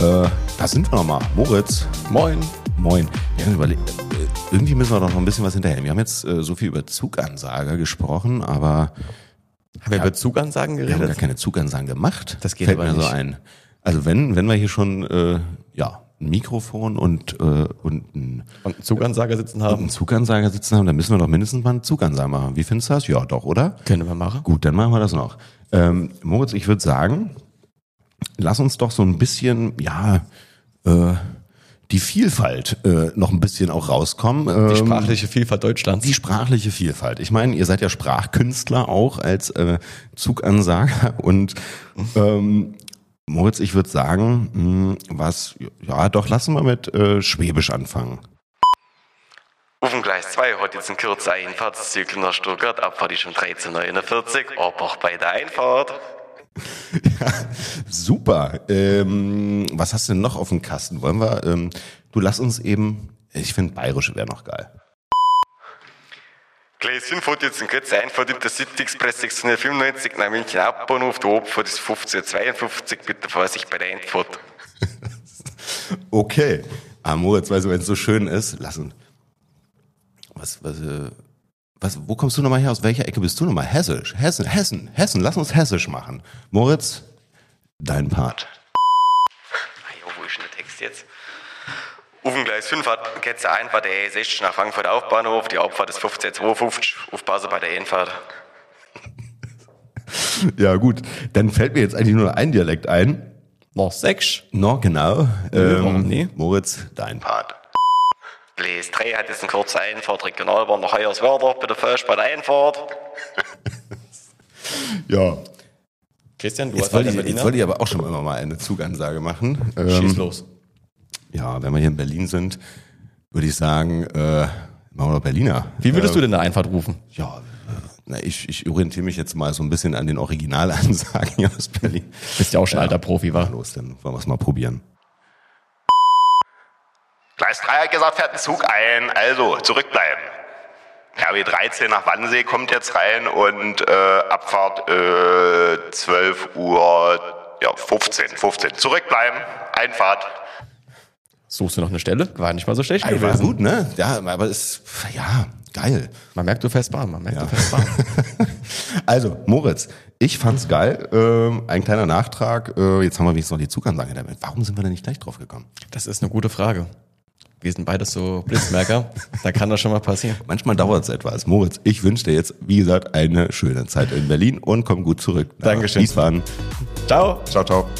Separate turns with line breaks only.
Äh, da sind wir nochmal. Moritz.
Moin.
Moin. Wir haben überlegt, äh, irgendwie müssen wir doch noch ein bisschen was hinterher. Wir haben jetzt äh, so viel über Zugansage gesprochen, aber
Haben wir über Zugansagen
wir haben gar
geredet?
keine Zugansagen gemacht.
Das geht
Fällt
aber
mir so
nicht.
ein. Also wenn, wenn wir hier schon äh, ja, ein Mikrofon und, äh, und ein
Und einen Zugansager sitzen
einen
haben?
Zugansager sitzen haben, dann müssen wir doch mindestens mal einen Zugansager machen. Wie findest du das? Ja, doch, oder?
Können wir machen.
Gut, dann machen wir das noch. Ähm, Moritz, ich würde sagen, lass uns doch so ein bisschen, ja, äh, die Vielfalt äh, noch ein bisschen auch rauskommen.
Die
Ähm,
sprachliche Vielfalt Deutschlands.
die sprachliche Vielfalt. Ich meine, ihr seid ja Sprachkünstler auch als äh, Zugansager und ähm, Moritz, ich würde sagen, mh, was, ja, doch, lassen wir mit äh, Schwäbisch anfangen.
Ofengleis 2 hat jetzt in Kürze Einfahrtszyklen nach Stuttgart, Abfahrt ist um 13.41 Uhr, Abbach bei der Einfahrt.
Super. Ähm, was hast du denn noch auf dem Kasten? Wollen wir, ähm, du lass uns eben, ich finde Bayerische wäre noch geil.
Gleis 5 hat jetzt in Kürze Einfahrt über der City-Express 695 nach München Hauptbahnhof, der Abfahrt ist 15.52 Uhr, bitte Vorsicht bei der Einfahrt.
Okay. Ah, Moritz, weißt du, wenn es so schön ist, lass uns. Was, was, äh, was, wo kommst du nochmal her? Aus welcher Ecke bist du nochmal? Hessisch, Hessen, Hessen, Hessen, lass uns Hessisch machen. Moritz, dein Part.
Ah ja, wo ist denn der Text jetzt? Auf dem Gleis 5 hat geht's der Einfahrt der E16 nach Frankfurt Hauptbahnhof, die Abfahrt ist 15.52 Uhr, aufpassen bei der Einfahrt.
Ja, gut. Dann fällt mir jetzt eigentlich nur noch ein Dialekt ein.
Noch sechs.
No, genau.
warum nicht?
Moritz, dein Part.
Part. Gleis 3 hat jetzt in Kürze Einfahrt Regionalbahn nach Hoyerswerda, bitte Vorsicht bei der Einfahrt.
Ja.
Christian, du
Jetzt
hast halt
wollte,
einen
ich, jetzt
Berliner.
wollte ich aber auch schon immer mal eine Zugansage machen.
Schieß
Ähm,
los.
ja, wenn wir hier in Berlin sind, würde ich sagen, äh, machen wir doch Berliner.
Wie würdest du denn eine Einfahrt rufen?
Ja, äh, na, ich, ich orientiere mich jetzt mal so ein bisschen an den Originalansagen hier aus Berlin.
Bist ja auch schon alter Profi,
Na
wa?
los, dann wollen wir es mal probieren.
Gleis 3 hat gesagt, fährt ein Zug ein, also zurückbleiben. RB 13 nach Wannsee kommt jetzt rein und äh, Abfahrt äh, 12 Uhr, ja 15, 15. Zurückbleiben, Einfahrt.
Suchst du noch eine Stelle? War nicht mal so schlecht
War
gewesen.
gut, ne? Ja, aber es, ja, geil.
Man merkt, du fährst Bahn, man merkt, du fährst Bahn.
Also, Moritz, ich fand's geil. Ähm, ein kleiner Nachtrag. Äh, jetzt haben wir wenigstens noch die Zugansage damit. Warum sind wir denn nicht gleich drauf gekommen?
Das ist eine gute Frage. Wir sind beides so Blitzmerker. da kann das schon mal passieren.
Manchmal dauert's etwas. Moritz, ich wünsche dir jetzt, wie gesagt, eine schöne Zeit in Berlin und komm gut zurück. nach
Dankeschön.
Wiesbaden.
Ciao.
Ciao, ciao.